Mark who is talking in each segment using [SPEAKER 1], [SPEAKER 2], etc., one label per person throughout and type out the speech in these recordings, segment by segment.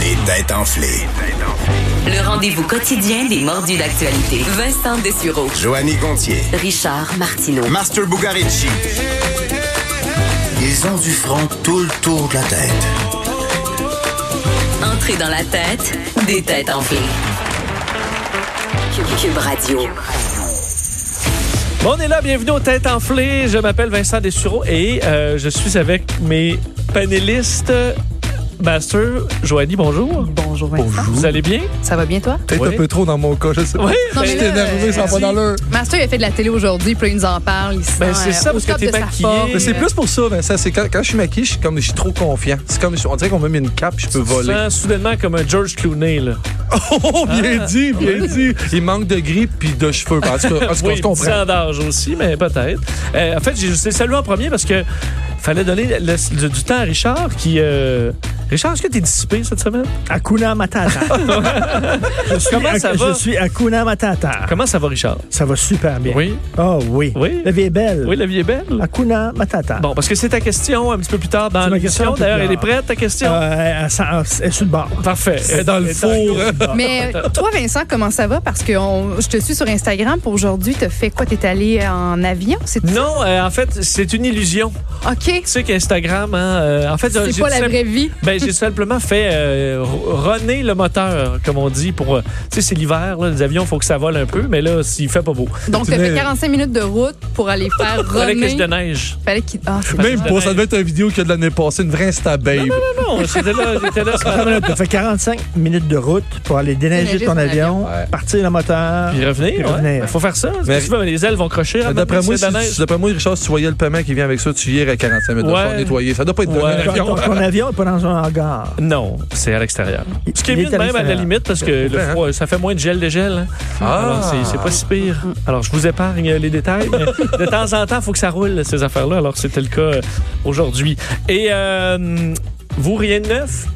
[SPEAKER 1] Les têtes enflées.
[SPEAKER 2] Le rendez-vous quotidien des mordus d'actualité. Vincent Dessureau.
[SPEAKER 1] Joanny Gontier.
[SPEAKER 2] Richard Martineau.
[SPEAKER 1] Master Bugarici. Ils ont du front tout le tour de la tête.
[SPEAKER 2] Entrée dans la tête des têtes enflées. Cube- Cube Radio.
[SPEAKER 3] On est là, bienvenue aux Têtes Enflées. Je m'appelle Vincent Dessureau et euh, je suis avec mes panélistes. Master, Joanie, bonjour.
[SPEAKER 4] Bonjour Vincent.
[SPEAKER 3] Vous allez bien?
[SPEAKER 4] Ça va bien toi?
[SPEAKER 5] Peut-être
[SPEAKER 3] Oui.
[SPEAKER 5] un peu trop dans mon cas, je sais pas.
[SPEAKER 3] Oui,
[SPEAKER 4] Non, mais
[SPEAKER 5] J'étais
[SPEAKER 4] là,
[SPEAKER 5] énervé, ça
[SPEAKER 4] euh,
[SPEAKER 5] va pas dans l'heure.
[SPEAKER 4] Master, il a fait de la télé aujourd'hui, puis là, il nous en parle. Il se
[SPEAKER 3] Ben,
[SPEAKER 4] sent, euh,
[SPEAKER 3] c'est ça,
[SPEAKER 4] au
[SPEAKER 3] parce que
[SPEAKER 4] top
[SPEAKER 3] t'es Ben,
[SPEAKER 4] de sa
[SPEAKER 3] maquillé.
[SPEAKER 4] forme.
[SPEAKER 5] Mais c'est plus pour ça, Vincent. C'est quand, quand je suis maquillé, je suis comme je suis trop confiant. C'est comme on dirait qu'on m'a mis une cape, je peux
[SPEAKER 3] tu te
[SPEAKER 5] voler.
[SPEAKER 3] sens soudainement comme un George Clooney. Là.
[SPEAKER 5] Oh, bien
[SPEAKER 3] Ah.
[SPEAKER 5] dit, bien dit. Il manque de grippe puis de cheveux. En tout cas, en tout cas, on
[SPEAKER 3] oui,
[SPEAKER 5] se comprend.
[SPEAKER 3] sans d'âge aussi, mais peut-être. Euh, en fait, j'ai juste salué en premier parce que fallait donner le- le- du temps à Richard qui... euh, Richard, est-ce que t'es dissipé cette semaine?
[SPEAKER 6] Akuna Matata. je suis,
[SPEAKER 3] Comment ça
[SPEAKER 6] Ak-
[SPEAKER 3] va?
[SPEAKER 6] Je suis Akuna Matata.
[SPEAKER 3] Comment ça va, Richard?
[SPEAKER 6] Ça va super bien.
[SPEAKER 3] Oui.
[SPEAKER 6] Oh oui.
[SPEAKER 3] Oui.
[SPEAKER 6] La vie est belle.
[SPEAKER 3] Oui, la vie est belle.
[SPEAKER 6] Akuna Matata.
[SPEAKER 3] Bon, parce que c'est ta question un petit peu plus tard dans
[SPEAKER 6] C'est ma
[SPEAKER 3] l'émission.
[SPEAKER 6] question un peu plus
[SPEAKER 3] D'ailleurs, elle est
[SPEAKER 6] tard.
[SPEAKER 3] prête, ta question?
[SPEAKER 6] Euh, elle, s'en- elle est sur le bord.
[SPEAKER 3] Parfait. Euh,
[SPEAKER 5] Elle est dans le
[SPEAKER 3] Elle est
[SPEAKER 5] four.
[SPEAKER 4] Mais euh, toi, Vincent, comment ça va? Parce que on- je te suis sur Instagram pour aujourd'hui. T'as fait quoi? T'es allé en avion? C'est
[SPEAKER 3] Non, euh, en fait, c'est une illusion.
[SPEAKER 4] OK.
[SPEAKER 3] Tu sais qu'Instagram, hein, euh, en fait, j'ai-
[SPEAKER 4] C'est
[SPEAKER 3] j'ai
[SPEAKER 4] pas
[SPEAKER 3] tout
[SPEAKER 4] la
[SPEAKER 3] simple-
[SPEAKER 4] vraie vie.
[SPEAKER 3] Ben, j'ai simplement fait euh, runner le moteur, comme on dit, pour. euh, Tu sais, c'est l'hiver, là, les avions, faut que ça vole un peu, mais là, s'il fait pas beau.
[SPEAKER 4] Donc,
[SPEAKER 5] Tu
[SPEAKER 4] t'as fait
[SPEAKER 5] mets-
[SPEAKER 4] 45 minutes de route pour aller faire
[SPEAKER 3] Fallait que je
[SPEAKER 4] runner.
[SPEAKER 3] déneige.
[SPEAKER 4] Fallait qu'il. Ah, c'est
[SPEAKER 5] Même
[SPEAKER 4] bon.
[SPEAKER 5] pas, ça devait être une vidéo que de l'année passée, une vraie Insta-babe.
[SPEAKER 3] Non, j'étais là, j'étais là ce matin.
[SPEAKER 6] Tu as fait 45 minutes de route pour aller déneiger
[SPEAKER 4] Déneiger
[SPEAKER 6] ton
[SPEAKER 4] ton
[SPEAKER 6] avion,
[SPEAKER 5] avion. Ouais.
[SPEAKER 6] partir le moteur.
[SPEAKER 3] Puis revenir,
[SPEAKER 6] Puis revenir.
[SPEAKER 3] Il faut faire ça. parce que
[SPEAKER 5] Mais-
[SPEAKER 3] souvent, les ailes vont crocher. à un moment
[SPEAKER 5] D'après
[SPEAKER 3] donné,
[SPEAKER 5] moi,
[SPEAKER 3] c'est de la
[SPEAKER 5] si-
[SPEAKER 3] neige.
[SPEAKER 5] si- d'après moi, Richard, si tu voyais le paiement qui vient avec ça, tu y irais à 45 minutes
[SPEAKER 3] Ouais.
[SPEAKER 5] pour nettoyer. Ça doit pas être
[SPEAKER 3] Ouais.
[SPEAKER 5] un
[SPEAKER 6] Ton,
[SPEAKER 5] avion.
[SPEAKER 6] ton- ton avion n'est pas dans un hangar.
[SPEAKER 3] Non, c'est à l'extérieur. Ce qui est
[SPEAKER 6] Il
[SPEAKER 3] mieux de
[SPEAKER 6] à
[SPEAKER 3] même à la
[SPEAKER 6] l'extérieur.
[SPEAKER 3] limite parce que le
[SPEAKER 5] Hein?
[SPEAKER 3] froid, ça fait moins de gel de gel. hein.
[SPEAKER 5] Ah.
[SPEAKER 3] Alors c'est- c'est pas si pire. Alors je vous épargne les détails, mais de temps en temps, il faut que ça roule ces affaires-là. Alors c'était le cas euh, aujourd'hui. Et euh, vous rien de neuf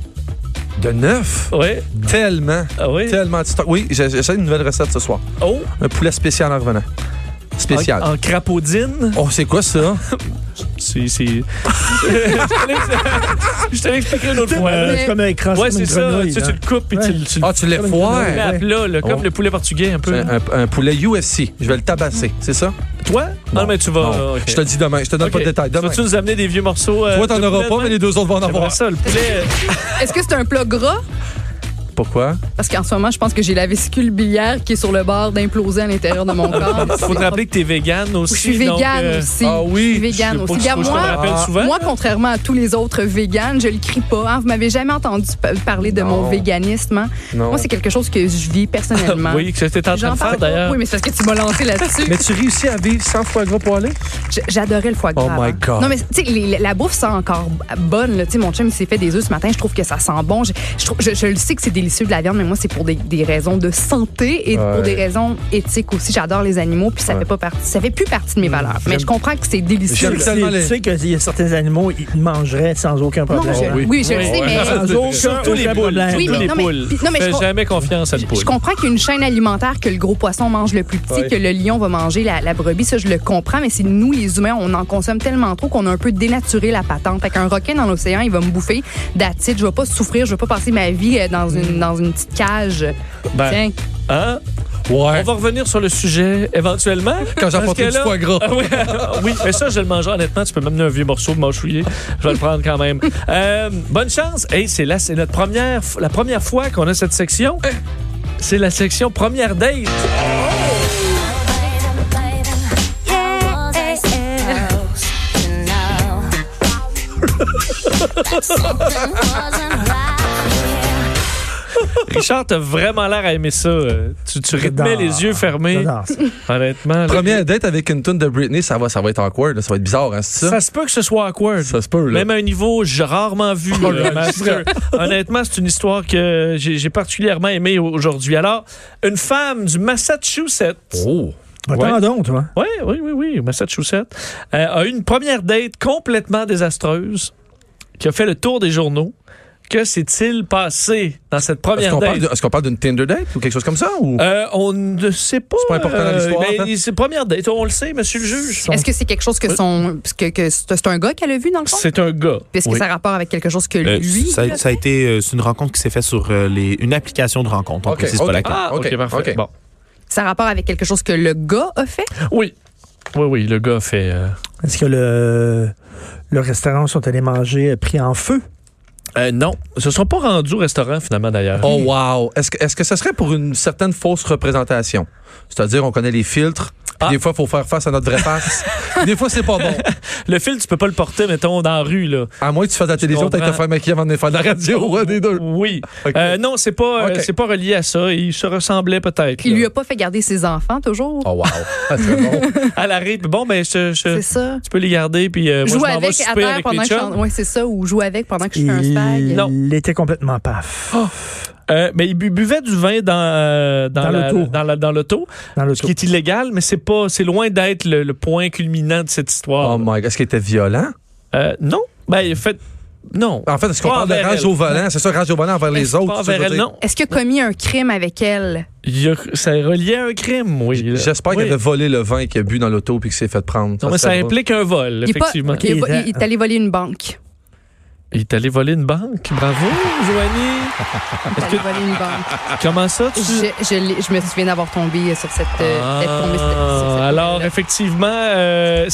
[SPEAKER 5] De neuf?
[SPEAKER 3] Oui.
[SPEAKER 5] Tellement.
[SPEAKER 3] Ah oui.
[SPEAKER 5] Tellement de stock. Oui, j'ai- j'essaie une nouvelle recette ce soir.
[SPEAKER 3] Oh.
[SPEAKER 5] Un poulet spécial en revenant. Spécial.
[SPEAKER 3] En, en crapaudine.
[SPEAKER 5] Oh, c'est quoi ça?
[SPEAKER 3] C'est c'est. Je te l'ex- je te l'expliquerai une autre fois.
[SPEAKER 6] Euh,
[SPEAKER 4] Mais-
[SPEAKER 6] C'est comme un écran
[SPEAKER 3] Ouais,
[SPEAKER 6] sur
[SPEAKER 3] c'est
[SPEAKER 6] une
[SPEAKER 3] ça. Tu,
[SPEAKER 6] grenouille. hein.
[SPEAKER 3] sais, tu
[SPEAKER 6] là.
[SPEAKER 3] le coupes et tu, le- tu le
[SPEAKER 5] Ah, tu l'es
[SPEAKER 6] Comme une
[SPEAKER 5] foire?
[SPEAKER 6] nouvelle.
[SPEAKER 3] mets à
[SPEAKER 6] ouais.
[SPEAKER 3] plat, là, comme
[SPEAKER 5] Oh.
[SPEAKER 3] le poulet portugais un peu.
[SPEAKER 5] C'est un, un poulet UFC. Je vais le tabasser, c'est ça?
[SPEAKER 3] Toi? Non, mais tu vas. ah, euh,
[SPEAKER 5] Non.
[SPEAKER 3] ok.
[SPEAKER 5] Je te dis demain. Je te donne
[SPEAKER 3] Ok.
[SPEAKER 5] pas de détails. Demain.
[SPEAKER 3] Vas-tu nous amener des vieux morceaux? euh,
[SPEAKER 5] Toi, t'en
[SPEAKER 3] de
[SPEAKER 5] auras
[SPEAKER 3] poulet
[SPEAKER 5] pas,
[SPEAKER 3] demain?
[SPEAKER 5] mais les deux autres vont en
[SPEAKER 3] J'aimerais
[SPEAKER 5] avoir.
[SPEAKER 3] ça, le poulet. euh,
[SPEAKER 4] Est-ce que c'est un plat gras?
[SPEAKER 5] Pourquoi?
[SPEAKER 4] Parce qu'en ce moment, je pense que j'ai la vésicule biliaire qui est sur le bord d'imploser à l'intérieur de mon corps.
[SPEAKER 3] Faut te rappeler que t'es végane aussi.
[SPEAKER 4] Je suis
[SPEAKER 3] donc,
[SPEAKER 4] végane
[SPEAKER 3] euh,
[SPEAKER 4] aussi.
[SPEAKER 5] ah oui,
[SPEAKER 4] Je suis végane
[SPEAKER 3] faut que-
[SPEAKER 4] aussi.
[SPEAKER 3] faut
[SPEAKER 4] Regarde,
[SPEAKER 3] que je te le
[SPEAKER 4] moi,
[SPEAKER 3] rappelle
[SPEAKER 5] Ah.
[SPEAKER 3] souvent.
[SPEAKER 4] Moi, contrairement à tous les autres véganes, je le crie pas. hein. Vous m'avez jamais entendu pa- parler de
[SPEAKER 5] Non.
[SPEAKER 4] mon véganisme. hein.
[SPEAKER 5] Non.
[SPEAKER 4] Moi, c'est quelque chose que je vis personnellement.
[SPEAKER 3] oui, que j'étais en train
[SPEAKER 4] J'en
[SPEAKER 3] de
[SPEAKER 4] parle
[SPEAKER 3] faire
[SPEAKER 4] pas.
[SPEAKER 3] d'ailleurs.
[SPEAKER 4] Oui, mais c'est parce que tu m'as lancé là-dessus.
[SPEAKER 5] Mais tu réussis à vivre sans foie gras pour aller?
[SPEAKER 4] J- J'adorais le foie gras.
[SPEAKER 5] Oh my
[SPEAKER 4] avant.
[SPEAKER 5] God.
[SPEAKER 4] Non, mais tu sais, les- la bouffe sent encore bonne. là. Tu sais, mon chum, il s'est fait des œufs ce matin. Je trouve que ça sent bon. Je, je trouve- je- je le sais que c'est délicieux de la viande, mais moi, c'est pour des, des raisons de santé et
[SPEAKER 5] Ouais.
[SPEAKER 4] pour des raisons éthiques aussi. J'adore les animaux, puis ça
[SPEAKER 5] Ouais. Mm.
[SPEAKER 4] fait pas partie, ça fait plus partie de mes valeurs. Mais je comprends que c'est délicieux.
[SPEAKER 5] J'aime
[SPEAKER 4] là.
[SPEAKER 5] ça.
[SPEAKER 6] Tu sais- tu sais qu'il y a certains animaux, ils mangeraient sans aucun
[SPEAKER 4] Non,
[SPEAKER 6] problème.
[SPEAKER 4] je-
[SPEAKER 6] hein.
[SPEAKER 4] oui. je le
[SPEAKER 3] Oui.
[SPEAKER 4] sais, mais
[SPEAKER 6] Sans aucun,
[SPEAKER 3] Surtout les
[SPEAKER 6] aucun
[SPEAKER 3] poules.
[SPEAKER 6] problème.
[SPEAKER 4] Eh. Oui,
[SPEAKER 3] Surtout
[SPEAKER 4] mais
[SPEAKER 3] les
[SPEAKER 4] non, mais-
[SPEAKER 3] poules.
[SPEAKER 4] puis- non, mais je
[SPEAKER 3] Fais
[SPEAKER 4] com-
[SPEAKER 3] jamais confiance à une
[SPEAKER 4] Je
[SPEAKER 3] poule.
[SPEAKER 4] comprends qu'il y a une chaîne alimentaire que le gros poisson mange le plus petit,
[SPEAKER 5] Ouais.
[SPEAKER 4] que le lion va manger la, la brebis, ça je le comprends, mais c'est nous les humains, on en consomme tellement trop qu'on a un peu dénaturé la patente. Fait qu'un requin dans l'océan, il va me bouffer d'attitude, je vais pas souffrir, je vais pas passer ma vie euh, dans une, dans une petite cage.
[SPEAKER 3] Ben,
[SPEAKER 4] Tiens,
[SPEAKER 3] Hein?
[SPEAKER 5] Ouais.
[SPEAKER 3] On va revenir sur le sujet éventuellement.
[SPEAKER 5] Quand
[SPEAKER 3] Parce que
[SPEAKER 5] j'apporterai du
[SPEAKER 3] là-
[SPEAKER 5] foie gras.
[SPEAKER 3] Ah oui, oui, mais ça, je le mangerai honnêtement. Tu peux m'amener un vieux morceau de mâchouiller. Je vais le prendre quand même. Euh, bonne chance. Hey, c'est là, c'est notre première, f- la première fois qu'on a cette section. C'est la section première date. Richard, t'as vraiment l'air à aimer ça. Euh, Tu, tu rythmais
[SPEAKER 6] J'adore.
[SPEAKER 3] les yeux fermés.
[SPEAKER 6] J'adore ça.
[SPEAKER 3] Honnêtement. là.
[SPEAKER 5] Première date avec une tune de Britney, ça va, ça va être awkward, là, ça va être bizarre, hein, c'est ça?
[SPEAKER 3] Ça se peut que ce soit awkward.
[SPEAKER 5] Ça se peut, là. Oh,
[SPEAKER 3] Même à un niveau j'ai rarement vu. euh, Master. Honnêtement, c'est une histoire que j'ai j'ai particulièrement aimée au- aujourd'hui. Alors, une femme du Massachusetts.
[SPEAKER 5] Oh!
[SPEAKER 6] Va-t'en
[SPEAKER 3] Ouais.
[SPEAKER 6] donc, toi.
[SPEAKER 3] Oui, oui, oui, oui, Massachusetts. euh, a eu une première date complètement désastreuse qui a fait le tour des journaux. Que s'est-il passé dans cette
[SPEAKER 5] Est-ce
[SPEAKER 3] première
[SPEAKER 5] qu'on
[SPEAKER 3] date?
[SPEAKER 5] parle, de- est-ce qu'on parle d'une Tinder date ou quelque chose comme ça? Ou...
[SPEAKER 3] Euh, on ne sait pas. euh,
[SPEAKER 5] C'est pas important dans l'histoire, hein?
[SPEAKER 3] mais
[SPEAKER 5] en fait.
[SPEAKER 3] C'est première date, on le sait, monsieur le juge.
[SPEAKER 4] Est-ce que c'est quelque chose que son. que, que c'est c'est un gars qu'elle a vu dans le fond?
[SPEAKER 3] C'est un gars.
[SPEAKER 4] Est-ce que
[SPEAKER 7] Oui.
[SPEAKER 4] ça a rapport avec quelque chose que
[SPEAKER 7] Euh,
[SPEAKER 4] lui.
[SPEAKER 7] ça, ça a été euh, c'est une rencontre qui s'est faite sur euh, les, une application de rencontre. On
[SPEAKER 5] Ok,
[SPEAKER 7] précise
[SPEAKER 5] ok.
[SPEAKER 7] pas laquelle.
[SPEAKER 3] Ah, ok,
[SPEAKER 5] ok,
[SPEAKER 3] parfait.
[SPEAKER 5] ok.
[SPEAKER 3] Bon.
[SPEAKER 4] Ça a rapport avec quelque chose que le gars a fait?
[SPEAKER 3] Oui. Oui, oui, le gars fait. euh,
[SPEAKER 6] Est-ce que le, le restaurant où sont allés manger a pris en feu?
[SPEAKER 3] euh, non, ils se sont pas rendus au restaurant finalement d'ailleurs.
[SPEAKER 5] Oh wow! Est-ce que, est-ce que ce serait pour une certaine fausse représentation? C'est-à-dire, on connaît les filtres, puis
[SPEAKER 3] Ah.
[SPEAKER 5] des fois, il faut faire face à notre vraie face. des fois, c'est pas bon.
[SPEAKER 3] Le fil, tu peux pas le porter, mettons, dans la rue là.
[SPEAKER 5] À moins que tu fasses de la télévision, t'as été
[SPEAKER 3] comprends.
[SPEAKER 5] faire maquiller avant de faire de la radio, un des deux.
[SPEAKER 3] Oui.
[SPEAKER 5] Ok.
[SPEAKER 3] Euh, non, c'est pas, euh,
[SPEAKER 5] Ok.
[SPEAKER 3] c'est pas relié à ça. Il se ressemblait peut-être.
[SPEAKER 4] Il
[SPEAKER 3] là.
[SPEAKER 4] lui
[SPEAKER 7] Euh.
[SPEAKER 4] a pas fait garder ses enfants toujours?
[SPEAKER 5] Oh wow! Ah, c'est bon.
[SPEAKER 3] À la rue, puis bon, ben, je,
[SPEAKER 7] Euh.
[SPEAKER 3] je-
[SPEAKER 4] C'est ça?
[SPEAKER 3] tu peux les garder, puis euh, moi, je
[SPEAKER 4] Joue
[SPEAKER 3] m'en vais
[SPEAKER 4] avec à
[SPEAKER 3] souper
[SPEAKER 4] terre
[SPEAKER 3] avec
[SPEAKER 4] pendant
[SPEAKER 3] mes
[SPEAKER 4] que je
[SPEAKER 3] chums.
[SPEAKER 4] chante. Ouais, c'est ça, ou joue avec pendant que je fais un spag.
[SPEAKER 6] Il,
[SPEAKER 3] Non.
[SPEAKER 6] il était complètement paf
[SPEAKER 3] Euh, mais il bu- buvait du vin dans, euh, dans,
[SPEAKER 6] Dans
[SPEAKER 3] la-
[SPEAKER 6] l'auto.
[SPEAKER 3] dans la- dans l'auto,
[SPEAKER 6] dans le
[SPEAKER 3] ce qui est illégal, mais c'est pas, c'est loin d'être le, le point culminant de cette histoire.
[SPEAKER 5] Oh my god, est-ce qu'il était violent?
[SPEAKER 3] Euh, non, ben, en fait, non.
[SPEAKER 5] En fait, est-ce qu'on
[SPEAKER 3] Pas
[SPEAKER 5] parle de
[SPEAKER 3] envers
[SPEAKER 5] rage
[SPEAKER 3] elle.
[SPEAKER 5] au volant? C'est ça, rage au volant envers les autres?
[SPEAKER 3] Pas
[SPEAKER 5] ça, je
[SPEAKER 3] envers
[SPEAKER 5] veux
[SPEAKER 3] elle,
[SPEAKER 5] dire.
[SPEAKER 3] non.
[SPEAKER 4] Est-ce qu'il a commis un crime avec elle?
[SPEAKER 3] Il y a- ça est relié à un crime, oui. là.
[SPEAKER 5] J'espère
[SPEAKER 3] Euh, Oui.
[SPEAKER 5] qu'il avait volé le vin qu'il a bu dans l'auto puis qu'il s'est fait prendre.
[SPEAKER 3] Non, mais ça
[SPEAKER 5] serait
[SPEAKER 3] implique un vol,
[SPEAKER 4] Il est, pas,
[SPEAKER 3] effectivement.
[SPEAKER 4] il est pas-
[SPEAKER 6] Il est-
[SPEAKER 4] il est allé voler une banque.
[SPEAKER 3] Il est allé voler une banque. Bravo, Joanie.
[SPEAKER 4] Il est allé voler une banque.
[SPEAKER 3] Comment ça, tu...
[SPEAKER 4] Je, je l'ai- je me souviens d'avoir tombé sur cette. euh,
[SPEAKER 3] Ah,
[SPEAKER 4] d'être tombée sur- sur cette-
[SPEAKER 3] alors, effectivement, euh,
[SPEAKER 4] je l'ai vu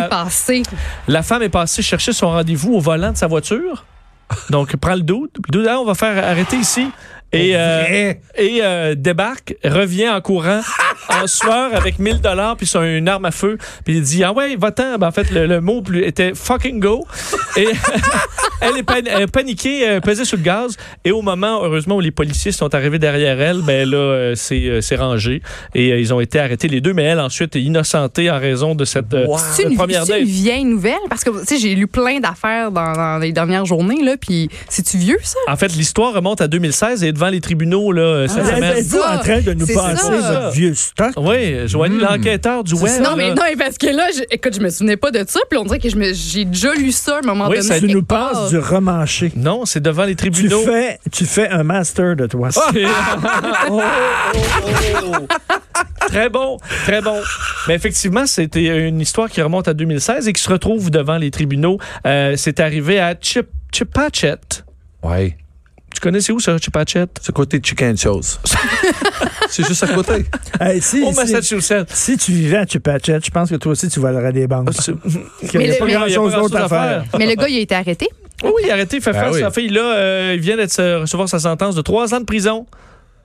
[SPEAKER 3] ça,
[SPEAKER 4] passer.
[SPEAKER 3] la femme est passée chercher son rendez-vous au volant de sa voiture. Donc, prend le doute. Le doute, ah, on va faire arrêter ici. Et, euh,
[SPEAKER 5] vrai?
[SPEAKER 3] et euh, débarque, revient en courant, en sueur, avec 1000 dollars puis son- une arme à feu. Puis il dit, ah ouais, va-t'en. Ben, en fait, le, le mot plus était fucking go. Et elle est pan- elle est paniquée, euh, pesée sur le gaz. Et au moment, heureusement, où les policiers sont arrivés derrière elle, ben là, euh, c'est euh, c'est rangé. Et euh, ils ont été arrêtés les deux. Mais elle, ensuite, est innocentée en raison de cette euh,
[SPEAKER 5] Wow.
[SPEAKER 4] C'est une,
[SPEAKER 3] première
[SPEAKER 4] c'est une
[SPEAKER 3] date.
[SPEAKER 4] vieille nouvelle parce que tu sais j'ai lu plein d'affaires dans, dans les dernières journées là puis c'est tu vieux ça
[SPEAKER 3] En fait, l'histoire remonte à 2016 et est devant les tribunaux là, euh, cette
[SPEAKER 6] Vous
[SPEAKER 3] semaine.
[SPEAKER 6] êtes-vous en train de nous
[SPEAKER 4] C'est
[SPEAKER 6] passer
[SPEAKER 4] ça.
[SPEAKER 6] votre vieux stock?
[SPEAKER 3] Oui, Joanie, l'enquêteur du web.
[SPEAKER 4] Non mais
[SPEAKER 3] là.
[SPEAKER 4] non mais parce que là je, écoute je me souvenais pas de ça puis on dirait que je me- j'ai déjà lu ça à un moment
[SPEAKER 3] Oui,
[SPEAKER 4] donné.
[SPEAKER 3] ça
[SPEAKER 6] Tu nous
[SPEAKER 4] quelque part.
[SPEAKER 6] passes du remanché.
[SPEAKER 3] Non, c'est devant les
[SPEAKER 6] Tu
[SPEAKER 3] tribunaux.
[SPEAKER 6] fais, tu fais un master de toi.
[SPEAKER 3] très bon, très bon. Mais effectivement, c'était une histoire qui remonte à 2016 et qui se retrouve devant les tribunaux. Euh, c'est arrivé à Chip Chipachet.
[SPEAKER 5] Ouais.
[SPEAKER 3] Tu connais c'est où ça, Chipachet?
[SPEAKER 5] C'est à côté de Chicken Chose. c'est juste à côté.
[SPEAKER 6] Hey, si,
[SPEAKER 3] Au
[SPEAKER 6] si-
[SPEAKER 3] Massachusetts.
[SPEAKER 6] si tu vivais à Chupachet, je pense que toi aussi, tu valerais des banques.
[SPEAKER 3] C'est-
[SPEAKER 6] Il n'y
[SPEAKER 4] le-
[SPEAKER 6] a pas
[SPEAKER 4] mais-
[SPEAKER 6] grand-chose d'autre à faire.
[SPEAKER 4] mais le gars il a été arrêté
[SPEAKER 3] Oui, oui, arrêtez, il fait
[SPEAKER 5] Ben
[SPEAKER 3] face
[SPEAKER 5] oui.
[SPEAKER 3] à sa fille. Là, euh, il vient de se- recevoir sa sentence de trois ans de prison.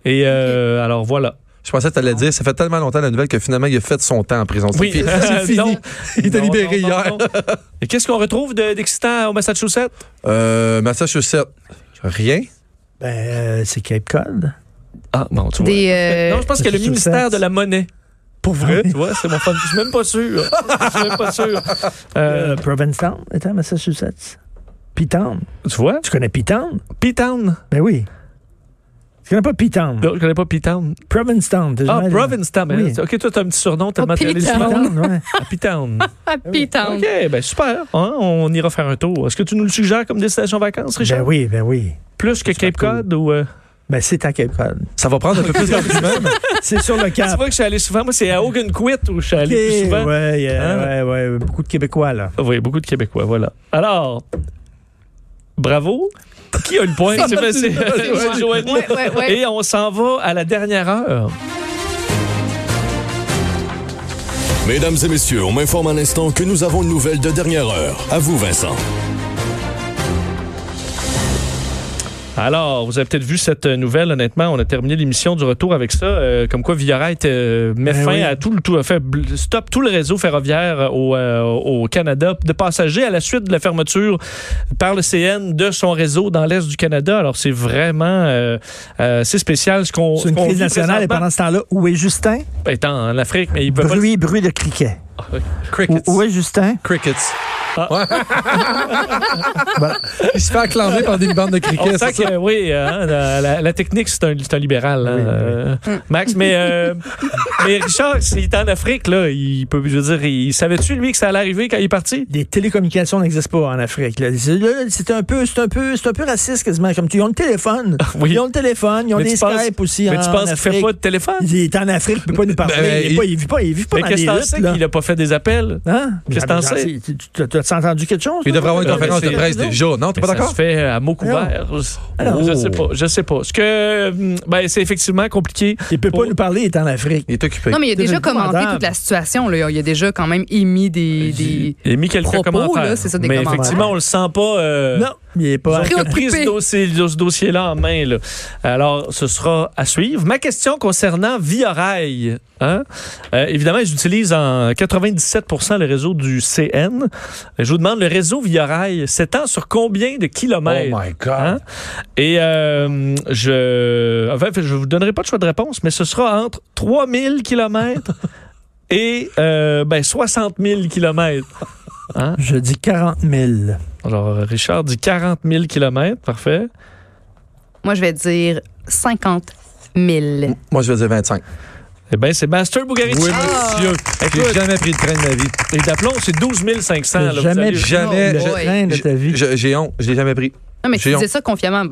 [SPEAKER 3] Et euh, alors voilà.
[SPEAKER 5] Je pensais que tu allais dire, ça fait tellement longtemps la nouvelle que finalement, il a fait son temps en prison. C'est fini. C'est fini.
[SPEAKER 3] Non.
[SPEAKER 5] Il t'a
[SPEAKER 3] Non,
[SPEAKER 5] libéré
[SPEAKER 3] non, non,
[SPEAKER 5] hier.
[SPEAKER 3] non. Et qu'est-ce qu'on retrouve de- d'excitant au Massachusetts?
[SPEAKER 5] Euh, Massachusetts, rien.
[SPEAKER 6] Ben, euh, c'est Cape Cod.
[SPEAKER 3] Ah, bon, tu vois.
[SPEAKER 4] des euh,
[SPEAKER 3] Non, je pense qu'il y a le
[SPEAKER 6] Massachusetts.
[SPEAKER 3] ministère de la monnaie. Pour vrai? Tu vois, c'est mon fun. Je suis même pas sûr. Je suis même pas sûr. Euh,
[SPEAKER 6] Euh, Provincetown était à Massachusetts. Piton.
[SPEAKER 3] tu vois?
[SPEAKER 6] Tu connais Piton?
[SPEAKER 3] P-Town.
[SPEAKER 6] Ben oui. Tu connais pas Piton?
[SPEAKER 3] Non, je connais pas P-Town.
[SPEAKER 6] Provincetown. t'es
[SPEAKER 3] Ah,
[SPEAKER 6] jamais allé.
[SPEAKER 3] Provincetown.
[SPEAKER 6] Oui.
[SPEAKER 3] hein. OK, toi, t'as un petit surnom tellement
[SPEAKER 4] Oh,
[SPEAKER 3] t'es allé
[SPEAKER 4] P-Town.
[SPEAKER 3] souvent
[SPEAKER 6] Piton, ouais.
[SPEAKER 3] à P-Town.
[SPEAKER 4] happy town.
[SPEAKER 3] OK, ben super. Hein, on ira faire un tour. Est-ce que tu nous le suggères comme destination vacances, Richard?
[SPEAKER 6] Ben oui, ben oui.
[SPEAKER 3] Plus que Cape Cod ou... euh,
[SPEAKER 6] Ben c'est à Cape Cod.
[SPEAKER 5] Ça va prendre un peu plus d'arguments. mais-
[SPEAKER 6] C'est sur le
[SPEAKER 3] Ah, Tu
[SPEAKER 6] cap.
[SPEAKER 3] vois que je suis allé souvent. Moi, c'est à Hogan-Quit où je suis
[SPEAKER 6] Ok,
[SPEAKER 3] allé plus souvent.
[SPEAKER 6] ouais, euh,
[SPEAKER 3] Hein?
[SPEAKER 6] ouais, ouais, beaucoup de Québécois, là.
[SPEAKER 3] Oui, beaucoup de Québécois, voilà. Alors, bravo. Qui a le point? C'est vrai, c'est- c'est Joanie.
[SPEAKER 4] Ouais, ouais, ouais.
[SPEAKER 3] Et on s'en va à la dernière heure.
[SPEAKER 8] Mesdames et messieurs, on m'informe à l'instant que nous avons une nouvelle de dernière heure. À vous, Vincent.
[SPEAKER 3] Alors, vous avez peut-être vu cette euh, nouvelle, honnêtement. On a terminé l'émission du retour avec ça. euh, comme quoi, Villarail euh, met
[SPEAKER 6] Ben
[SPEAKER 3] fin
[SPEAKER 6] oui.
[SPEAKER 3] à tout le tout, a fait bl- stop tout le réseau ferroviaire euh, au, euh, au Canada de passagers à la suite de la fermeture par le CN de son réseau dans l'Est du Canada. Alors, c'est vraiment euh, euh, c'est spécial ce qu'on
[SPEAKER 6] C'est
[SPEAKER 3] ce
[SPEAKER 6] une
[SPEAKER 3] qu'on
[SPEAKER 6] crise
[SPEAKER 3] vit
[SPEAKER 6] nationale. Et
[SPEAKER 3] présentement.
[SPEAKER 6] pendant ce temps-là, où est Justin?
[SPEAKER 3] Ben, tant en Afrique, mais il peut pas... le-
[SPEAKER 6] Bruit, bruit de criquet. Où,
[SPEAKER 5] Crickets.
[SPEAKER 6] où est Justin?
[SPEAKER 5] Crickets. Ouais. Voilà. Il se fait acclamer par des bandes de
[SPEAKER 3] On
[SPEAKER 5] crickets.
[SPEAKER 3] sent
[SPEAKER 5] c'est ça?
[SPEAKER 3] que, oui, hein, la, la- la technique, c'est un, c'est un libéral, hein, euh, Max. Mais, euh, mais Richard, s'il est en Afrique, là, il peut, je veux dire, il savait-tu, lui, que ça allait arriver quand il est parti?
[SPEAKER 6] Les télécommunications n'existent pas en Afrique. là. C'est là, c'est un peu, c'est un peu, c'est un peu raciste quasiment. Comme tu, ils ont le téléphone,
[SPEAKER 3] Oui.
[SPEAKER 6] ils ont le téléphone, ils ont
[SPEAKER 3] Mais
[SPEAKER 6] des
[SPEAKER 3] tu penses-
[SPEAKER 6] Skype aussi
[SPEAKER 3] Mais
[SPEAKER 6] en
[SPEAKER 3] tu penses qu'il
[SPEAKER 6] Afrique.
[SPEAKER 3] fait pas de téléphone?
[SPEAKER 6] Il est en Afrique, il peut pas nous parler.
[SPEAKER 5] Ben,
[SPEAKER 6] il, est pas, il vit pas, il vit pas
[SPEAKER 3] Mais
[SPEAKER 6] dans les
[SPEAKER 3] qu'est-ce que t'en sais
[SPEAKER 6] luttes, là.
[SPEAKER 3] qu'il a pas fait des appels?
[SPEAKER 6] Hein?
[SPEAKER 3] Qu'est-ce que t'en sais?
[SPEAKER 6] Tu- tu- tu- T'as entendu quelque chose?
[SPEAKER 5] Il
[SPEAKER 6] toi?
[SPEAKER 5] devrait avoir une
[SPEAKER 3] Non,
[SPEAKER 5] conférence
[SPEAKER 3] mais
[SPEAKER 5] de
[SPEAKER 3] c'est-
[SPEAKER 5] presse déjà. Non, t'es
[SPEAKER 3] Mais
[SPEAKER 5] pas
[SPEAKER 3] ça
[SPEAKER 5] d'accord?
[SPEAKER 3] se fait euh, à mots couverts.
[SPEAKER 6] Alors.
[SPEAKER 3] Je sais pas, je sais pas. Ce que, euh, ben, c'est effectivement compliqué.
[SPEAKER 6] Il peut
[SPEAKER 3] Pour-
[SPEAKER 6] pas nous parler, il est en Afrique.
[SPEAKER 5] Il est occupé.
[SPEAKER 4] Non, mais il a
[SPEAKER 6] C'est
[SPEAKER 4] déjà
[SPEAKER 6] une
[SPEAKER 4] commenté
[SPEAKER 6] commandable.
[SPEAKER 4] toute la situation. Là. Il a déjà quand même émis des. des-
[SPEAKER 3] Il a mis quelques
[SPEAKER 4] propos,
[SPEAKER 3] commentaires.
[SPEAKER 4] là, c'est ça, des
[SPEAKER 3] mais
[SPEAKER 4] commentaires.
[SPEAKER 3] effectivement, on le sent pas. euh,
[SPEAKER 6] Non, il est pas.
[SPEAKER 3] Ils ont
[SPEAKER 4] Préoccupé.
[SPEAKER 3] pris ce dossier- ce dossier-là en main. là. Alors, ce sera à suivre. Ma question concernant Via-Rail. hein? Euh, évidemment, j'utilise en 97 le réseau du CN. Je vous demande, le réseau Via-Rail s'étend sur combien de kilomètres?
[SPEAKER 5] Oh my God.
[SPEAKER 3] Hein? Et euh, je enfin, je vous donnerai pas de choix de réponse, mais ce sera entre 3000 kilomètres et euh, ben, 60 000 kilomètres.
[SPEAKER 6] Je dis 40 000.
[SPEAKER 3] Alors, Richard dit 40 000 kilomètres. Parfait.
[SPEAKER 4] Moi, je vais dire 50 000.
[SPEAKER 5] Moi, je vais dire Ah! 25.
[SPEAKER 3] Eh bien, c'est Master Bugarici.
[SPEAKER 5] Oui, monsieur. J'ai
[SPEAKER 3] Écoute.
[SPEAKER 5] jamais pris de train de ma vie.
[SPEAKER 3] Et Ah! d'aplomb, c'est 12 500. Là,
[SPEAKER 6] T'as
[SPEAKER 3] vous
[SPEAKER 6] jamais
[SPEAKER 3] allez-
[SPEAKER 6] pris
[SPEAKER 5] Jamais.
[SPEAKER 6] le
[SPEAKER 4] je-
[SPEAKER 6] train de ta vie.
[SPEAKER 5] Eh, Je- J'ai honte. Je l'ai jamais pris.
[SPEAKER 4] Non, mais tu
[SPEAKER 5] Géant.
[SPEAKER 4] disais ça confiamment.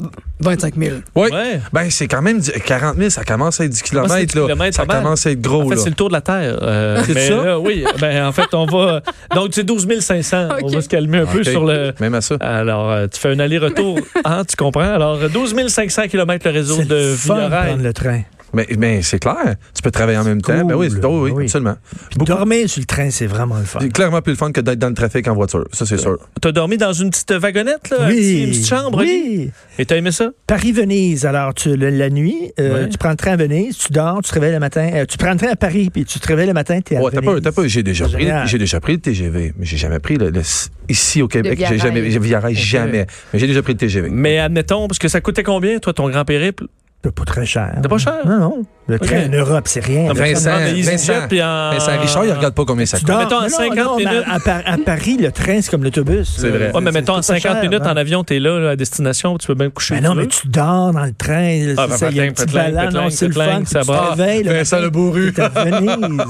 [SPEAKER 4] 25 000.
[SPEAKER 5] Oui.
[SPEAKER 3] Ouais.
[SPEAKER 5] Ben, c'est quand même du- 40 000, ça commence à être du
[SPEAKER 3] Ah, c'est
[SPEAKER 5] kilomètre,
[SPEAKER 3] du
[SPEAKER 5] là.
[SPEAKER 3] kilomètre,
[SPEAKER 5] ça
[SPEAKER 3] pas mal.
[SPEAKER 5] commence à être
[SPEAKER 6] Oh,
[SPEAKER 3] En
[SPEAKER 5] gros,
[SPEAKER 3] fait,
[SPEAKER 5] là.
[SPEAKER 3] c'est le tour de la Terre. Euh,
[SPEAKER 5] C'est
[SPEAKER 3] mais
[SPEAKER 5] ça?
[SPEAKER 3] là, oui. Ben, en fait, on va. Donc, c'est 12 500. On
[SPEAKER 4] Ok.
[SPEAKER 3] va se calmer un peu
[SPEAKER 5] Ok.
[SPEAKER 3] sur le.
[SPEAKER 5] Même à ça.
[SPEAKER 3] Alors, euh, tu fais un aller-retour, hein, tu comprends? Alors, 12 500 km le réseau
[SPEAKER 6] C'est
[SPEAKER 3] de
[SPEAKER 6] le fun de
[SPEAKER 3] Villeray.
[SPEAKER 6] prendre le train.
[SPEAKER 5] Mais, mais c'est clair. Tu peux travailler en même temps.
[SPEAKER 6] cool,
[SPEAKER 5] Ben oui,
[SPEAKER 6] là.
[SPEAKER 5] c'est- oh oui,
[SPEAKER 6] Oui.
[SPEAKER 5] absolument.
[SPEAKER 6] Puis dormir sur le train, c'est vraiment le fun.
[SPEAKER 5] C'est clairement plus le fun que d'être dans le trafic en voiture. Ça, c'est sûr.
[SPEAKER 3] T'as dormi dans une petite wagonnette, là? un petit- Euh, Une petite chambre? lit?
[SPEAKER 6] Oui.
[SPEAKER 3] Et t'as aimé ça?
[SPEAKER 6] Paris-Venise, alors tu, le- la nuit, euh,
[SPEAKER 3] Ouais.
[SPEAKER 6] tu prends le train à Venise, tu dors, tu te réveilles le matin. euh, tu prends le train à Paris, puis tu te réveilles le matin, t'es à
[SPEAKER 5] Ouais, t'as pas,
[SPEAKER 6] Venise.
[SPEAKER 5] t'as pas. J'ai déjà
[SPEAKER 6] C'est
[SPEAKER 5] pris,
[SPEAKER 6] génial.
[SPEAKER 5] j'ai déjà pris le TGV, mais j'ai jamais pris le, le- ici au Québec.
[SPEAKER 4] Via
[SPEAKER 5] J'ai jamais,
[SPEAKER 4] Rail.
[SPEAKER 5] j'ai- via Rail, jamais. Mais j'ai déjà pris le TGV.
[SPEAKER 3] Mais admettons, parce que ça coûtait combien, toi, ton grand périple?
[SPEAKER 6] C'est pas très cher.
[SPEAKER 3] C'était pas cher?
[SPEAKER 6] Non, non. Le
[SPEAKER 3] Ok.
[SPEAKER 6] train en Europe, c'est rien.
[SPEAKER 3] Non,
[SPEAKER 6] là.
[SPEAKER 3] mais
[SPEAKER 5] Ah, Vincent,
[SPEAKER 3] ça me prend des
[SPEAKER 5] Vincent,
[SPEAKER 3] EasyJet, puis en-
[SPEAKER 5] Mais ça, Richard, il regarde pas combien ça
[SPEAKER 6] Tu
[SPEAKER 5] coûte.
[SPEAKER 6] dors-
[SPEAKER 3] mettons, à
[SPEAKER 6] non,
[SPEAKER 3] 50
[SPEAKER 6] non, mais à-
[SPEAKER 3] minutes.
[SPEAKER 6] À, Par- à Paris, le train, c'est comme l'autobus.
[SPEAKER 5] C'est
[SPEAKER 6] Euh,
[SPEAKER 5] vrai.
[SPEAKER 3] Ouais, mais mettons, en
[SPEAKER 6] c'est pas
[SPEAKER 3] 50
[SPEAKER 6] cher,
[SPEAKER 3] minutes
[SPEAKER 6] hein.
[SPEAKER 3] en avion, t'es là, là, à destination, tu peux bien te coucher.
[SPEAKER 6] Mais
[SPEAKER 3] où
[SPEAKER 6] non,
[SPEAKER 3] tu
[SPEAKER 6] mais
[SPEAKER 3] veux.
[SPEAKER 6] tu dors dans le train.
[SPEAKER 3] Ah,
[SPEAKER 6] Ah,
[SPEAKER 3] ben,
[SPEAKER 6] ça, il y a un
[SPEAKER 3] patling,
[SPEAKER 6] petit
[SPEAKER 3] patling,
[SPEAKER 6] ballon. non,
[SPEAKER 3] patling,
[SPEAKER 6] C'est le
[SPEAKER 3] patling,
[SPEAKER 6] fun. puis
[SPEAKER 3] ça
[SPEAKER 6] Tu
[SPEAKER 3] brasse.
[SPEAKER 6] te réveilles. le
[SPEAKER 5] Vincent
[SPEAKER 6] matin,
[SPEAKER 5] Lebourru.
[SPEAKER 6] t'es à Venise.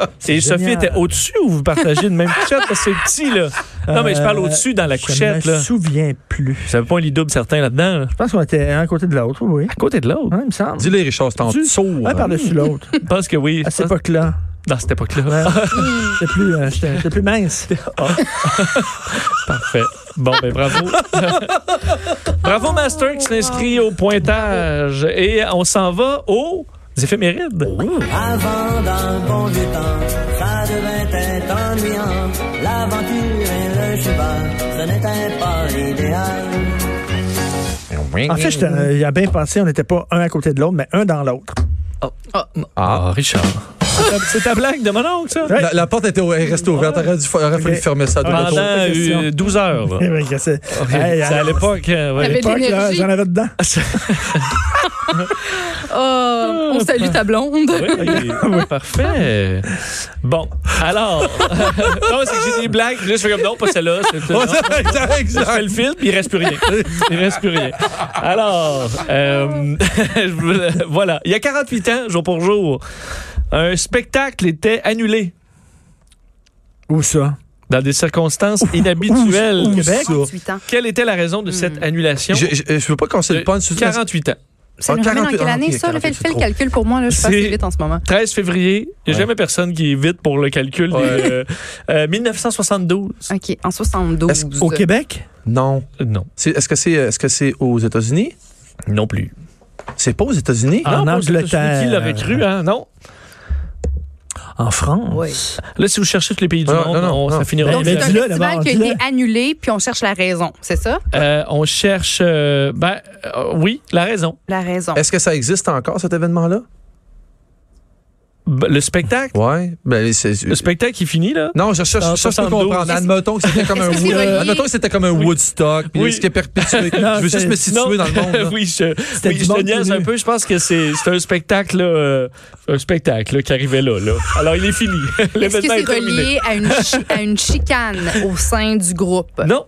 [SPEAKER 3] Et
[SPEAKER 6] C'est
[SPEAKER 3] Sophie
[SPEAKER 6] génial.
[SPEAKER 3] était au-dessus ou vous partagez une même couchette? Parce que c'est petit, là. Non, mais je parle
[SPEAKER 6] Euh,
[SPEAKER 3] au-dessus dans la couchette,
[SPEAKER 6] Je me
[SPEAKER 3] là.
[SPEAKER 6] souviens plus.
[SPEAKER 3] Ça veut pas un lit double certain là-dedans, là.
[SPEAKER 6] Je pense qu'on était un à côté de l'autre, oui.
[SPEAKER 3] À côté de l'autre.
[SPEAKER 6] Hein, il me semble.
[SPEAKER 5] Dis-le, Richard, c'est en hein.
[SPEAKER 6] Tu-
[SPEAKER 5] sourd.
[SPEAKER 6] Un par-dessus l'autre.
[SPEAKER 3] Je pense que oui.
[SPEAKER 6] À cette époque-là.
[SPEAKER 3] Dans cette époque-là.
[SPEAKER 6] C'était plus, euh, j'étais- j'étais plus mince.
[SPEAKER 3] Parfait. Bon, ben bravo. bravo Master qui s'inscrit au pointage. Et on s'en va aux éphémérides.
[SPEAKER 6] Oh.
[SPEAKER 9] Avant d'un bon vieux temps, ça devait être ennuyant. L'aventure et le cheval, ce n'était pas l'idéal.
[SPEAKER 3] Ah,
[SPEAKER 5] Eh
[SPEAKER 6] En
[SPEAKER 5] Ah,
[SPEAKER 6] fait, j'étais- euh, il y a bien pensé, on n'était pas un à côté de l'autre, mais un dans l'autre.
[SPEAKER 3] Ah, Richard. C'est ta blague de mon oncle, ça?
[SPEAKER 5] La, la porte était, au- elle restait ouverte. Aurait dû- aurait fallu
[SPEAKER 6] Ok.
[SPEAKER 5] fermer ça. à double
[SPEAKER 3] Pendant
[SPEAKER 5] tour.
[SPEAKER 3] euh, 12 heures. là.
[SPEAKER 6] Eh ben, que c'est- Hey,
[SPEAKER 3] C'est à
[SPEAKER 6] alors,
[SPEAKER 3] l'époque. euh, ouais.
[SPEAKER 6] à
[SPEAKER 4] Avec
[SPEAKER 6] l'époque, là,
[SPEAKER 4] l'énergie.
[SPEAKER 6] j'en avais dedans.
[SPEAKER 4] Oh, on salue ta blonde.
[SPEAKER 3] Oui, oui, parfait. Bon, alors. non, c'est que j'ai des blagues. puis Là, je fais comme non, pas celle-là. c'est- non.
[SPEAKER 5] Ouais, ça- exact,
[SPEAKER 3] Je fais le
[SPEAKER 5] exact.
[SPEAKER 3] fil, puis il reste plus rien. Il reste plus rien. Alors, euh, je voulais- voilà. Il y a 48 ans, jour pour jour, un spectacle était annulé
[SPEAKER 6] Où ça?
[SPEAKER 3] dans des circonstances inhabituelles.
[SPEAKER 6] Au Québec?
[SPEAKER 4] 38 ans.
[SPEAKER 3] Quelle était la raison de cette annulation?
[SPEAKER 5] Je, je, je veux pas qu'on se le punch.
[SPEAKER 3] 48 ans.
[SPEAKER 4] C'est
[SPEAKER 5] Ah,
[SPEAKER 4] le remède en
[SPEAKER 5] 48,
[SPEAKER 4] quelle année,
[SPEAKER 5] ah,
[SPEAKER 4] ça? Le fait,
[SPEAKER 5] 48,
[SPEAKER 4] fait le calcul pour moi, là, je passe
[SPEAKER 3] C'est-
[SPEAKER 4] vite en ce moment.
[SPEAKER 3] 13 février, il n'y a jamais personne qui est vite pour le calcul. des, euh, euh, 1972.
[SPEAKER 4] OK, en 72.
[SPEAKER 5] Est-ce
[SPEAKER 6] Au Québec?
[SPEAKER 5] Non.
[SPEAKER 3] Non,
[SPEAKER 5] C'est- Est-ce que c'est est -ce c'est aux États-Unis?
[SPEAKER 3] non plus.
[SPEAKER 5] C'est pas aux États-Unis?
[SPEAKER 6] En
[SPEAKER 3] non, pas aux
[SPEAKER 6] Angleterre.
[SPEAKER 3] États-Unis, Qui l'aurait cru, hein? Non.
[SPEAKER 6] en France.
[SPEAKER 4] Oui.
[SPEAKER 3] Là, si vous cherchez tous les pays du
[SPEAKER 5] Non,
[SPEAKER 3] monde,
[SPEAKER 5] non, non,
[SPEAKER 3] on-
[SPEAKER 5] non.
[SPEAKER 3] ça finira.
[SPEAKER 6] Ben,
[SPEAKER 3] en
[SPEAKER 6] mais
[SPEAKER 4] C'est
[SPEAKER 3] disant-
[SPEAKER 4] un
[SPEAKER 6] dis-le
[SPEAKER 4] festival
[SPEAKER 6] d'abord,
[SPEAKER 4] qui a été
[SPEAKER 6] dis-le.
[SPEAKER 4] annulé, puis on cherche la raison, c'est ça?
[SPEAKER 3] Euh, on cherche. euh, ben, euh, oui, la raison.
[SPEAKER 4] La raison.
[SPEAKER 3] Ah.
[SPEAKER 5] Est-ce que ça existe encore, cet événement-là?
[SPEAKER 3] B- Le spectacle.
[SPEAKER 5] Ouais. Ben, c'est.
[SPEAKER 3] Le spectacle qui finit, là.
[SPEAKER 5] Non, je cherche,
[SPEAKER 3] En
[SPEAKER 5] ça, je peux
[SPEAKER 3] 72.
[SPEAKER 5] comprendre. Admettons que c'était comme
[SPEAKER 4] est-ce
[SPEAKER 5] un,
[SPEAKER 4] que c'est
[SPEAKER 5] Wood-
[SPEAKER 4] relié?
[SPEAKER 5] admettons que c'était comme un
[SPEAKER 3] Oui.
[SPEAKER 5] Woodstock, puis
[SPEAKER 3] Oui.
[SPEAKER 5] ce qui est perpétué.
[SPEAKER 6] Non,
[SPEAKER 4] Ah,
[SPEAKER 5] je veux juste
[SPEAKER 6] c'est-
[SPEAKER 5] me situer
[SPEAKER 3] Non.
[SPEAKER 5] dans le monde. là.
[SPEAKER 3] oui, je,
[SPEAKER 6] C'était
[SPEAKER 3] oui,
[SPEAKER 6] du
[SPEAKER 3] je te
[SPEAKER 6] monde
[SPEAKER 3] niaise
[SPEAKER 6] connu.
[SPEAKER 3] un peu. Je pense que c'est c'est un spectacle, là, euh, un spectacle là, qui arrivait là, là. Alors, il est fini.
[SPEAKER 4] Est-ce que
[SPEAKER 3] L'événement est,
[SPEAKER 4] c'est
[SPEAKER 3] terminé.
[SPEAKER 4] relié à une, chi- à une chicane au sein du groupe?
[SPEAKER 3] Non.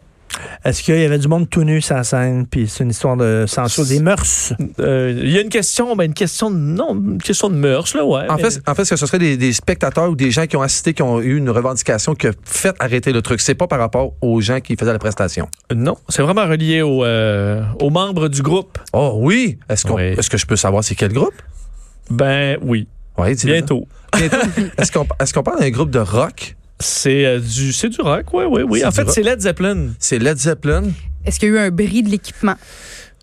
[SPEAKER 6] Est-ce qu'il y avait du monde tout nu sur la scène, puis c'est une histoire de sans chaud des mœurs?
[SPEAKER 3] Euh, Il y a une question, ben, une question de. Non, une question de mœurs, là, ouais.
[SPEAKER 5] En
[SPEAKER 3] mais-
[SPEAKER 5] fait, en fait, ce serait des, des spectateurs ou des gens qui ont assisté, qui ont eu une revendication qui a fait arrêter le truc. C'est pas par rapport aux gens qui faisaient la prestation.
[SPEAKER 3] Non, c'est vraiment relié au, euh, aux membres du groupe.
[SPEAKER 5] Oh oui! Est-ce qu'on,
[SPEAKER 3] Oui.
[SPEAKER 5] est-ce que je peux savoir c'est quel groupe?
[SPEAKER 3] Ben oui,
[SPEAKER 5] Oui, dis-le.
[SPEAKER 3] bientôt.
[SPEAKER 5] Bientôt. est-ce, qu'on, est-ce qu'on parle d'un groupe de rock?
[SPEAKER 3] C'est euh, du, c'est du rock, oui, oui, oui.
[SPEAKER 5] C'est
[SPEAKER 3] En
[SPEAKER 5] du
[SPEAKER 3] fait,
[SPEAKER 5] rock.
[SPEAKER 3] c'est Led Zeppelin.
[SPEAKER 5] C'est Led Zeppelin?
[SPEAKER 4] Est-ce qu'il y a eu un bris de l'équipement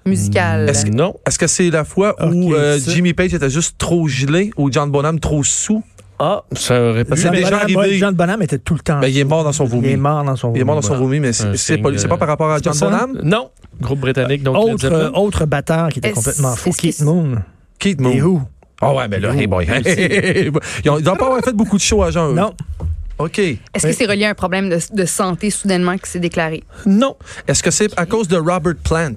[SPEAKER 4] musical?
[SPEAKER 5] Est-ce que-
[SPEAKER 3] Non.
[SPEAKER 5] Est-ce que c'est la fois où
[SPEAKER 6] Ok,
[SPEAKER 5] euh,
[SPEAKER 6] ça.
[SPEAKER 5] Jimmy Page était juste trop gelé ou John Bonham trop sous?
[SPEAKER 3] Ah, ça aurait pas
[SPEAKER 5] Lui,
[SPEAKER 3] ça-
[SPEAKER 5] déjà
[SPEAKER 6] Bonham,
[SPEAKER 5] arrivé.
[SPEAKER 6] ouais, John Bonham était tout le temps.
[SPEAKER 5] Ben, il est mort dans son
[SPEAKER 6] il est
[SPEAKER 5] vomi.
[SPEAKER 6] mort dans son
[SPEAKER 5] Il est mort dans son
[SPEAKER 6] voilà.
[SPEAKER 5] vomi, mais c'est,
[SPEAKER 3] Un
[SPEAKER 5] c'est pas,
[SPEAKER 3] signe,
[SPEAKER 5] c'est pas par rapport à John
[SPEAKER 6] ça?
[SPEAKER 5] Bonham?
[SPEAKER 3] Non. Groupe britannique, donc Led
[SPEAKER 6] Autre,
[SPEAKER 3] Zeppelin.
[SPEAKER 6] euh, autre batteur qui était
[SPEAKER 4] Est-ce-
[SPEAKER 6] complètement fou,
[SPEAKER 4] est-ce que
[SPEAKER 6] Keith
[SPEAKER 4] c'est-
[SPEAKER 6] Moon.
[SPEAKER 5] Keith
[SPEAKER 6] Et
[SPEAKER 5] Moon.
[SPEAKER 6] où?
[SPEAKER 5] Ah ouais, mais là, hey boy.
[SPEAKER 6] Lui
[SPEAKER 5] Ils ont- ils doivent pas avoir fait beaucoup de shows à jean eux.
[SPEAKER 6] Non.
[SPEAKER 5] OK.
[SPEAKER 4] Est-ce que c'est relié à un problème de, de santé soudainement qui s'est déclaré?
[SPEAKER 5] Non. Est-ce que c'est à cause de Robert Plant?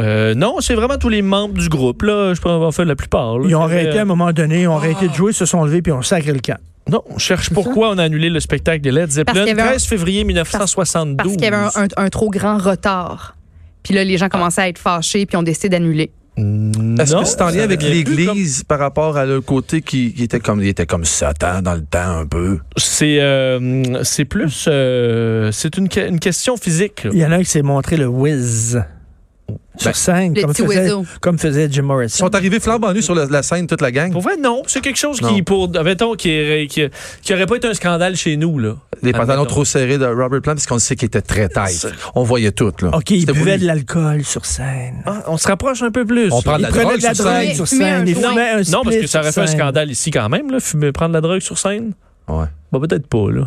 [SPEAKER 3] Euh, non, c'est vraiment tous les membres du groupe, là. Je peux en faire la plupart. là.
[SPEAKER 6] Ils ont
[SPEAKER 3] C'est,
[SPEAKER 4] euh,
[SPEAKER 6] arrêté à un moment donné,
[SPEAKER 4] Ah.
[SPEAKER 6] ils ont arrêté de jouer, ils se sont levés, puis ont sacré le camp.
[SPEAKER 3] euh, Non, on cherche pourquoi on a annulé le spectacle de Led Zeppelin
[SPEAKER 4] qu'il y
[SPEAKER 3] le
[SPEAKER 4] avait un-
[SPEAKER 3] 13 février 1972.
[SPEAKER 4] Parce qu'il y avait un, un- un trop grand retard. Puis là, les gens commençaient à être fâchés, puis on décidé d'annuler.
[SPEAKER 5] Est-ce
[SPEAKER 3] Non,
[SPEAKER 5] que c'est en
[SPEAKER 3] ça
[SPEAKER 5] lien avec
[SPEAKER 3] vient plus
[SPEAKER 5] l'Église par rapport à le côté qui, qui était comme il était comme Satan dans le temps un peu?
[SPEAKER 3] C'est euh, c'est plus. euh, c'est une, que- une question physique. là.
[SPEAKER 6] Il y en a un qui s'est montré le whiz sur scène,
[SPEAKER 4] le
[SPEAKER 6] comme
[SPEAKER 4] petit
[SPEAKER 6] faisait,
[SPEAKER 4] oiseau.
[SPEAKER 6] comme faisait
[SPEAKER 5] Ben,
[SPEAKER 6] Jim
[SPEAKER 5] Ils
[SPEAKER 6] Morrison.
[SPEAKER 5] sont arrivés flambant nus sur la, la scène, toute la gang.
[SPEAKER 3] Pour vrai, non. C'est quelque chose qui,
[SPEAKER 5] Non.
[SPEAKER 3] pour. Mettons, qui, aurait- qui, qui aurait pas été un scandale chez nous, là.
[SPEAKER 5] Les pantalons
[SPEAKER 3] Admettons.
[SPEAKER 5] trop serrés de Robert Plant, parce qu'on sait qu'il était très tight. On voyait tout, là.
[SPEAKER 6] OK, il
[SPEAKER 5] C'était
[SPEAKER 6] buvait
[SPEAKER 5] voulu.
[SPEAKER 6] de l'alcool sur scène.
[SPEAKER 3] Ah, on se rapproche un peu plus.
[SPEAKER 5] On prend de
[SPEAKER 6] Il
[SPEAKER 5] la
[SPEAKER 6] prenait
[SPEAKER 5] drogue
[SPEAKER 6] de la
[SPEAKER 5] sur scène.
[SPEAKER 6] drogue sur
[SPEAKER 4] Fumer un
[SPEAKER 6] scène. Il
[SPEAKER 4] joint.
[SPEAKER 6] fumait un
[SPEAKER 3] Non, parce
[SPEAKER 6] split
[SPEAKER 3] que ça aurait fait
[SPEAKER 6] sur
[SPEAKER 3] un
[SPEAKER 6] scène.
[SPEAKER 3] scandale ici quand même, là, fumer, prendre de la drogue sur scène.
[SPEAKER 5] Ouais.
[SPEAKER 3] Bah, peut-être pas, là.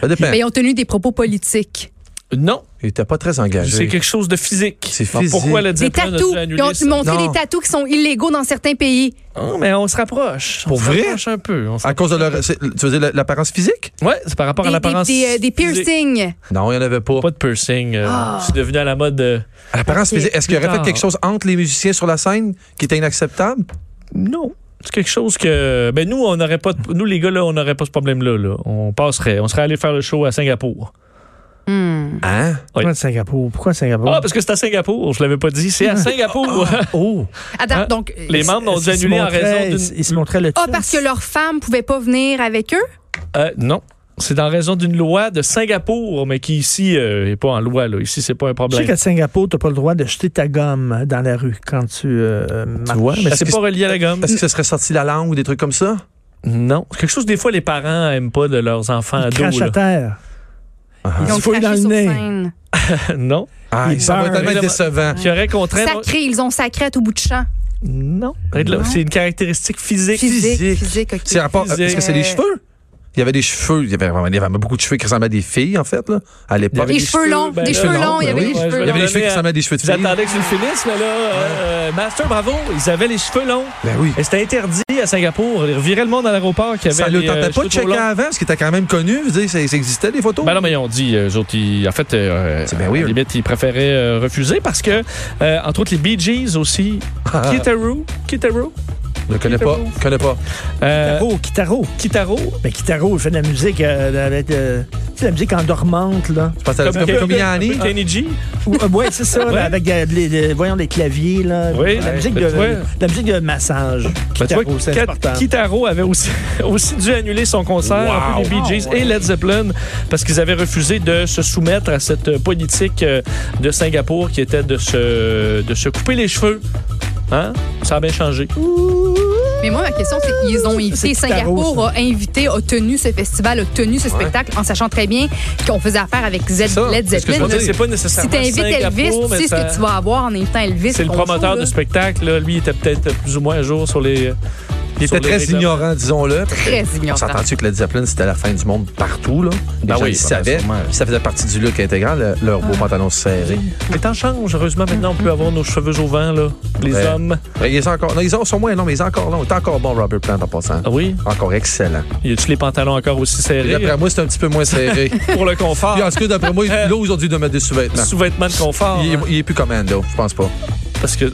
[SPEAKER 5] Ça dépend.
[SPEAKER 4] Mais ils ont tenu des propos politiques.
[SPEAKER 3] Non,
[SPEAKER 5] Il était pas très
[SPEAKER 6] Ben,
[SPEAKER 3] c'est
[SPEAKER 5] engagé.
[SPEAKER 3] quelque chose de physique.
[SPEAKER 5] C'est
[SPEAKER 3] Alors,
[SPEAKER 5] physique.
[SPEAKER 3] Pourquoi la
[SPEAKER 4] Des tatous. Ils ont montré
[SPEAKER 5] Non.
[SPEAKER 4] des tatous qui sont illégaux dans certains pays.
[SPEAKER 3] Oh, mais on se rapproche.
[SPEAKER 5] Pour
[SPEAKER 3] on se
[SPEAKER 5] vrai?
[SPEAKER 3] rapproche un peu. On se-
[SPEAKER 5] À cause de leur. c'est- Tu veux dire la- l'apparence physique?
[SPEAKER 3] Ah, Ouais, c'est par rapport à
[SPEAKER 4] Des, des,
[SPEAKER 3] l'apparence.
[SPEAKER 4] des, euh, des
[SPEAKER 3] physique.
[SPEAKER 4] piercings. Ah.
[SPEAKER 5] Non, il n'y en avait pas.
[SPEAKER 3] Pas de piercing. euh, C'est devenu à la mode. euh,
[SPEAKER 5] L'apparence
[SPEAKER 3] Ok,
[SPEAKER 5] physique. Est-ce qu'il
[SPEAKER 3] plus
[SPEAKER 5] aurait fait
[SPEAKER 3] tard.
[SPEAKER 5] quelque chose entre les musiciens sur la scène qui était inacceptable?
[SPEAKER 3] Non. C'est quelque chose que. Ben, nous, on n'aurait pas. de- Nous, les gars, là, on n'aurait pas ce problème-là. là. On passerait. On serait allé faire le show à Singapour.
[SPEAKER 6] Oh.
[SPEAKER 4] Hmm.
[SPEAKER 5] Hein?
[SPEAKER 6] Pourquoi Singapour? Pourquoi Singapour?
[SPEAKER 3] Ah, parce que c'est à Singapour. Je l'avais pas dit. C'est à Singapour.
[SPEAKER 6] oh!
[SPEAKER 4] Attends,
[SPEAKER 3] Hein?
[SPEAKER 4] donc.
[SPEAKER 3] Les membres ont dû
[SPEAKER 6] Ils se
[SPEAKER 3] annuler en
[SPEAKER 6] montraient-
[SPEAKER 3] raison
[SPEAKER 6] ils-
[SPEAKER 3] d'une.
[SPEAKER 6] Ils se montraient le
[SPEAKER 4] Ah,
[SPEAKER 6] torse.
[SPEAKER 4] parce que leurs femmes ne pouvaient pas venir avec eux?
[SPEAKER 3] Euh, non. C'est en raison d'une loi de Singapour, mais qui ici n'est pas en loi. Là. Ici, c'est pas un
[SPEAKER 6] Tu sais
[SPEAKER 3] problème.
[SPEAKER 6] qu'à Singapour, t'as pas le droit de jeter ta gomme dans la rue quand tu euh, marches.
[SPEAKER 3] Tu vois, mais
[SPEAKER 5] Est-ce
[SPEAKER 3] c'est
[SPEAKER 5] que
[SPEAKER 3] pas
[SPEAKER 5] c'est-
[SPEAKER 3] relié à la gomme.
[SPEAKER 5] Est-ce que ce serait sorti la langue ou des trucs comme ça?
[SPEAKER 3] Non. C'est quelque chose, des fois, les parents aiment pas de leurs enfants
[SPEAKER 6] Ils
[SPEAKER 3] ados.
[SPEAKER 6] crachent à
[SPEAKER 3] Là. Ah,
[SPEAKER 6] terre.
[SPEAKER 4] Ils ont
[SPEAKER 6] se fouillent Ah, dans
[SPEAKER 4] craché
[SPEAKER 6] le
[SPEAKER 4] sur
[SPEAKER 6] nez.
[SPEAKER 4] scène.
[SPEAKER 3] non.
[SPEAKER 5] Ah,
[SPEAKER 6] Ils
[SPEAKER 5] ça va
[SPEAKER 6] meurent.
[SPEAKER 5] être tellement
[SPEAKER 3] Évidemment.
[SPEAKER 5] décevant.
[SPEAKER 3] Qui aurait contraint.
[SPEAKER 4] Sacré, ils ont sacré à tout bout de champ.
[SPEAKER 3] Non. Arrête là.
[SPEAKER 4] Non.
[SPEAKER 3] C'est une caractéristique physique.
[SPEAKER 4] Physique, physique, ok.
[SPEAKER 5] C'est rapport. Est-ce que c'est les cheveux? Il y avait des cheveux. Il y avait, vraiment- il y avait beaucoup de cheveux qui ressemblaient à des filles, en fait, là, à
[SPEAKER 3] Il y
[SPEAKER 5] l'époque.
[SPEAKER 3] avait
[SPEAKER 4] Des
[SPEAKER 3] des
[SPEAKER 4] cheveux
[SPEAKER 3] cheveux,
[SPEAKER 4] longs,
[SPEAKER 3] ben
[SPEAKER 4] des
[SPEAKER 3] là,
[SPEAKER 4] cheveux
[SPEAKER 5] ben
[SPEAKER 4] longs, il y avait
[SPEAKER 3] oui,
[SPEAKER 4] des
[SPEAKER 3] ouais, je
[SPEAKER 4] cheveux
[SPEAKER 5] Il y avait
[SPEAKER 4] longs.
[SPEAKER 5] des cheveux qui ressemblaient à des cheveux de filles.
[SPEAKER 3] J'attendais que tu le finisses, mais là, euh, Master, bravo, ils avaient les cheveux longs.
[SPEAKER 5] Ben oui.
[SPEAKER 3] Et c'était interdit à Singapour. Ils reviraient le monde à l'aéroport qui avait
[SPEAKER 5] Ça ne
[SPEAKER 3] les,
[SPEAKER 5] le
[SPEAKER 3] euh,
[SPEAKER 5] tentait pas
[SPEAKER 3] cheveux
[SPEAKER 5] de
[SPEAKER 3] trop
[SPEAKER 5] checker
[SPEAKER 3] longs.
[SPEAKER 5] avant, parce qu'il était quand même connu. Je veux dire, ça, ça existait, des photos.
[SPEAKER 3] Ben non, mais ils ont dit, euh, eux autres, ils- en fait, euh,
[SPEAKER 5] C'est bien
[SPEAKER 3] à la
[SPEAKER 5] weird.
[SPEAKER 3] limite, ils préféraient euh, refuser parce que, euh, entre autres, les Bee Gees aussi,
[SPEAKER 6] Ah.
[SPEAKER 3] Kitaro, Kitaro,
[SPEAKER 5] Je le connais pas. Je connais pas.
[SPEAKER 3] euh,
[SPEAKER 6] Kitaro, Oh, Kitaro.
[SPEAKER 3] Kitaro,
[SPEAKER 6] Mais Kitaro, il fait de la musique euh, avec. euh, tu sais, la musique endormante, là.
[SPEAKER 5] Je pense à comme, comme Yanni.
[SPEAKER 3] un peu Kenny G.
[SPEAKER 6] Ou- euh, ouais, c'est ça, là,
[SPEAKER 3] Ah Ouais.
[SPEAKER 6] avec euh, les, les- voyons, les claviers, là.
[SPEAKER 3] Oui,
[SPEAKER 6] la,
[SPEAKER 3] ben,
[SPEAKER 6] musique
[SPEAKER 3] ben,
[SPEAKER 6] de,
[SPEAKER 3] tu vois.
[SPEAKER 6] la musique de massage.
[SPEAKER 3] Ben, tu vois,
[SPEAKER 6] Kitaro, c'est
[SPEAKER 3] Kat-
[SPEAKER 6] important.
[SPEAKER 3] Kitaro avait aussi, aussi dû annuler son concert en plus des Bee Gees
[SPEAKER 6] Ah,
[SPEAKER 3] et Led Zeppelin parce qu'ils avaient refusé de se soumettre à cette euh, politique euh, de Singapour qui était de se, de se couper les cheveux. Hein? Ça a bien changé.
[SPEAKER 4] Mais moi, ma question, c'est qu'ils ont invité,
[SPEAKER 6] C'est Kitaro,
[SPEAKER 4] Singapour a invité, a tenu ce festival, a tenu ce spectacle, en sachant très bien qu'on faisait affaire avec Z-
[SPEAKER 5] ça,
[SPEAKER 4] Led
[SPEAKER 5] c'est ce que je
[SPEAKER 4] Zeppelin.
[SPEAKER 5] veux dire.
[SPEAKER 3] C'est pas
[SPEAKER 4] Si
[SPEAKER 3] nécessairement
[SPEAKER 4] t'invites
[SPEAKER 3] Singapour,
[SPEAKER 4] Elvis, tu
[SPEAKER 3] mais
[SPEAKER 4] sais ce
[SPEAKER 3] ça-
[SPEAKER 4] que tu vas avoir en invitant Elvis.
[SPEAKER 3] C'est le
[SPEAKER 4] au show,
[SPEAKER 3] promoteur
[SPEAKER 4] là.
[SPEAKER 3] du spectacle. là. Lui, il était peut-être plus ou moins à jour sur les, euh,
[SPEAKER 5] Il
[SPEAKER 3] sur
[SPEAKER 5] était
[SPEAKER 3] les
[SPEAKER 5] très
[SPEAKER 3] règlements.
[SPEAKER 5] ignorant, disons-le.
[SPEAKER 4] Très ignorant.
[SPEAKER 5] On s'entend-tu que la Zeppelin, c'était la fin du monde partout, là? Les
[SPEAKER 7] Ben
[SPEAKER 5] gens
[SPEAKER 7] oui,
[SPEAKER 5] le savaient.
[SPEAKER 7] sûrement.
[SPEAKER 5] Puis Ça faisait partie du look intégral, le- leur beau pantalon serré.
[SPEAKER 3] Mais t'en changes, heureusement, maintenant, on peut avoir nos cheveux au vent, là. Les
[SPEAKER 5] Ouais.
[SPEAKER 3] hommes.
[SPEAKER 5] Ben, ils sont encore, non, ils sont- sont moins longs, mais ils sont encore longs. Il est encore bon, Robert Plant, en passant.
[SPEAKER 7] Oh.
[SPEAKER 3] Ah oui?
[SPEAKER 5] Encore excellent.
[SPEAKER 3] Y a-tu les pantalons encore aussi
[SPEAKER 5] Et
[SPEAKER 3] serrés
[SPEAKER 5] d'après moi, c'est un petit peu moins serré.
[SPEAKER 3] pour le confort?
[SPEAKER 5] Puis en tout cas, d'après moi, là, aujourd'hui, de mettre des sous-vêtements.
[SPEAKER 3] Sous-vêtements de confort.
[SPEAKER 5] Il, est-
[SPEAKER 3] hein,
[SPEAKER 5] il est plus commando, je pense pas.
[SPEAKER 3] Parce que.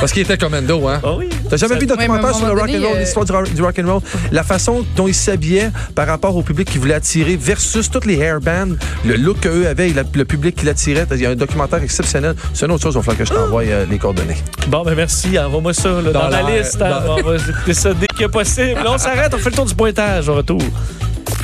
[SPEAKER 5] Parce qu'il était commando,
[SPEAKER 7] Oh.
[SPEAKER 5] hein?
[SPEAKER 3] Ah oui.
[SPEAKER 5] T'as jamais vu
[SPEAKER 4] mais
[SPEAKER 5] de
[SPEAKER 4] à un
[SPEAKER 5] documentaire sur le
[SPEAKER 4] moment
[SPEAKER 5] rock and
[SPEAKER 4] donné,
[SPEAKER 5] roll,
[SPEAKER 4] euh,
[SPEAKER 5] l'histoire du, rock- du rock and roll, la façon dont ils s'habillaient par rapport au public qui voulait attirer versus toutes les hairbands, le look qu'eux avaient et la- le public qui l'attirait. Il y a un documentaire exceptionnel. C'est une autre chose, il va falloir que je t'envoie euh, les coordonnées.
[SPEAKER 3] Bon, ben merci. Envoie-moi ça là, dans,
[SPEAKER 5] Dans
[SPEAKER 3] la
[SPEAKER 5] l'air,
[SPEAKER 3] liste. hein. On va écouter ça dès que possible. Là, on s'arrête, on fait le tour du pointage au retour.